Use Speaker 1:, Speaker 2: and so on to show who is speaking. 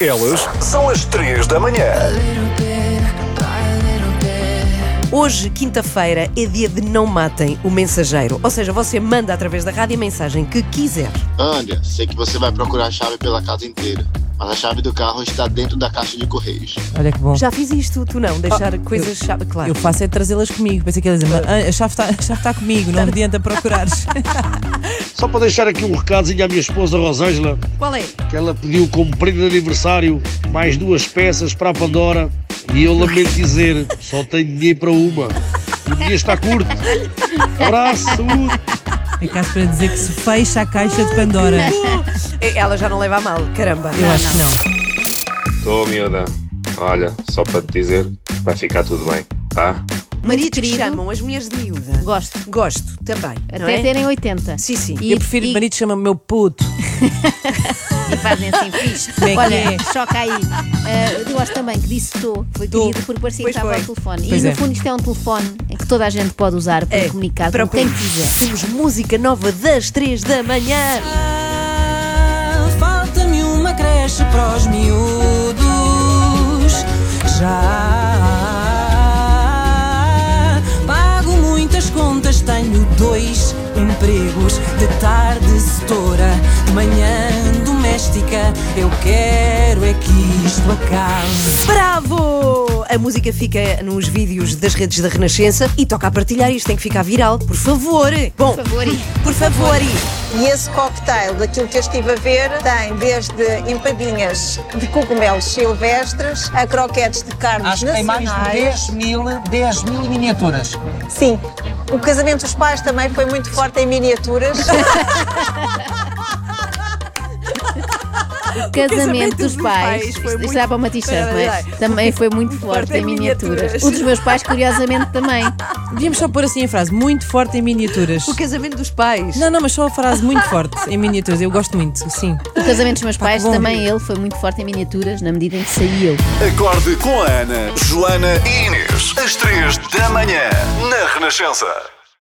Speaker 1: Elas são as três da manhã.
Speaker 2: Hoje, quinta-feira, é dia de Não Matem o Mensageiro. Ou seja, você manda através da rádio a mensagem que quiser.
Speaker 3: Anda, sei que você vai procurar a chave pela casa inteira, mas a chave do carro está dentro da caixa de correios.
Speaker 4: Olha que bom.
Speaker 2: Já fiz isto, tu não, deixar coisas chave, claro.
Speaker 4: Eu faço é trazê-las comigo. Pensei que eles "Ah, a chave está comigo, não adianta procurares.
Speaker 5: Só para deixar aqui um recadozinho à minha esposa Rosângela,
Speaker 2: Qual é?
Speaker 5: que ela pediu como prenda de aniversário mais duas peças para a Pandora e eu lamento dizer, só tenho dinheiro para uma. E o dinheiro está curto. Abraço, saúde.
Speaker 4: Ficaste para É dizer que se fecha a caixa de Pandora.
Speaker 2: É, Ela já não leva a mal, caramba.
Speaker 4: Eu acho que não.
Speaker 6: Estou, miúda. Olha, só para te dizer, vai ficar tudo bem, tá?
Speaker 2: Maridos que
Speaker 7: querido.
Speaker 2: chamam as mulheres de miúda.
Speaker 7: Gosto.
Speaker 2: Gosto também. não
Speaker 7: Até
Speaker 2: é?
Speaker 7: terem 80.
Speaker 2: Sim, sim.
Speaker 7: E-
Speaker 4: Eu prefiro que o
Speaker 7: e-
Speaker 4: marido chama meu puto.
Speaker 7: E fazem assim, fixe.
Speaker 4: Como é que
Speaker 7: Olha,
Speaker 4: é?
Speaker 7: choca aí. Ah, eu gosto também que disse estou. Foi
Speaker 4: Tô.
Speaker 7: querido porque parecia que
Speaker 2: Pois
Speaker 7: estava
Speaker 2: foi.
Speaker 7: ao telefone.
Speaker 4: Pois
Speaker 7: e
Speaker 4: é.
Speaker 7: no fundo isto é um telefone em que toda a gente pode usar para
Speaker 2: É,
Speaker 7: comunicar
Speaker 2: para
Speaker 7: com quem
Speaker 2: o-
Speaker 7: quiser.
Speaker 2: Temos música nova das três da manhã.
Speaker 8: Falta-me uma creche para os miúdos. Já pago muitas contas, tenho dois empregos. De tarde setora, de manhã doméstica. Eu quero é que isto acabe.
Speaker 2: Bravo! A música fica nos vídeos das redes da Renascença e toca a partilhar isto, tem que ficar viral, por favor. Bom, por favor. Por favor.
Speaker 9: E esse cocktail, daquilo que eu estive a ver, tem desde empadinhas de cogumelos silvestres a croquetes de carnes nacionais.
Speaker 10: mil, 10 mil miniaturas.
Speaker 9: Sim, o casamento dos pais também foi muito forte em miniaturas.
Speaker 7: O casamento dos
Speaker 2: pais
Speaker 7: pais.
Speaker 2: foi
Speaker 7: isto
Speaker 2: muito-
Speaker 7: isto dá para uma t-shirt,
Speaker 2: Espera,
Speaker 7: não é?
Speaker 2: vai.
Speaker 7: Também foi muito forte em miniaturas. O dos meus pais, curiosamente, também.
Speaker 4: Devíamos só pôr assim a frase, muito forte em miniaturas.
Speaker 2: O casamento dos pais.
Speaker 4: Não, não, mas só a frase muito forte em miniaturas. Eu gosto muito, sim.
Speaker 7: O casamento dos meus pais,
Speaker 4: bom.
Speaker 7: também ele foi muito forte em miniaturas, na medida em que saiu.
Speaker 1: Acorde com a Ana, Joana e Inês. Às três da manhã, na Renascença.